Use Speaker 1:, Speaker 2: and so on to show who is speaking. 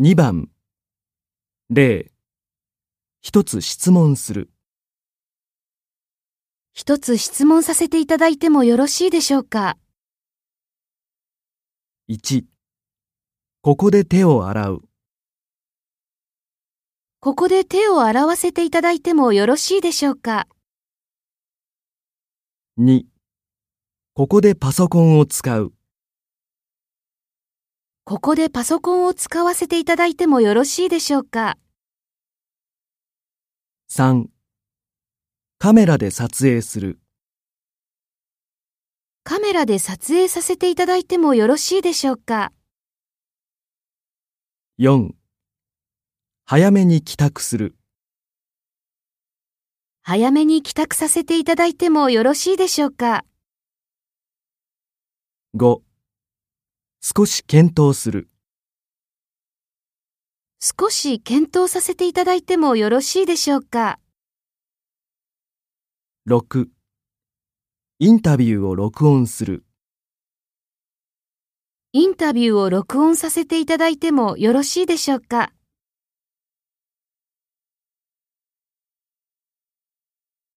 Speaker 1: 2番0一つ質問する
Speaker 2: 一つ質問させていただいてもよろしいでしょうか
Speaker 1: 1ここで手を洗う
Speaker 2: ここで手を洗わせていただいてもよろしいでしょうか
Speaker 1: 2ここでパソコンを使う
Speaker 2: ここでパソコンを使わせていただいてもよろしいでしょうか
Speaker 1: 3カメラで撮影する
Speaker 2: カメラで撮影させていただいてもよろしいでしょうか
Speaker 1: 4早めに帰宅する
Speaker 2: 早めに帰宅させていただいてもよろしいでしょうか
Speaker 1: 5少し検討する
Speaker 2: 少し検討させていただいてもよろしいでしょうか
Speaker 1: 6インタビューを録音する
Speaker 2: インタビューを録音させていただいてもよろしいでしょうか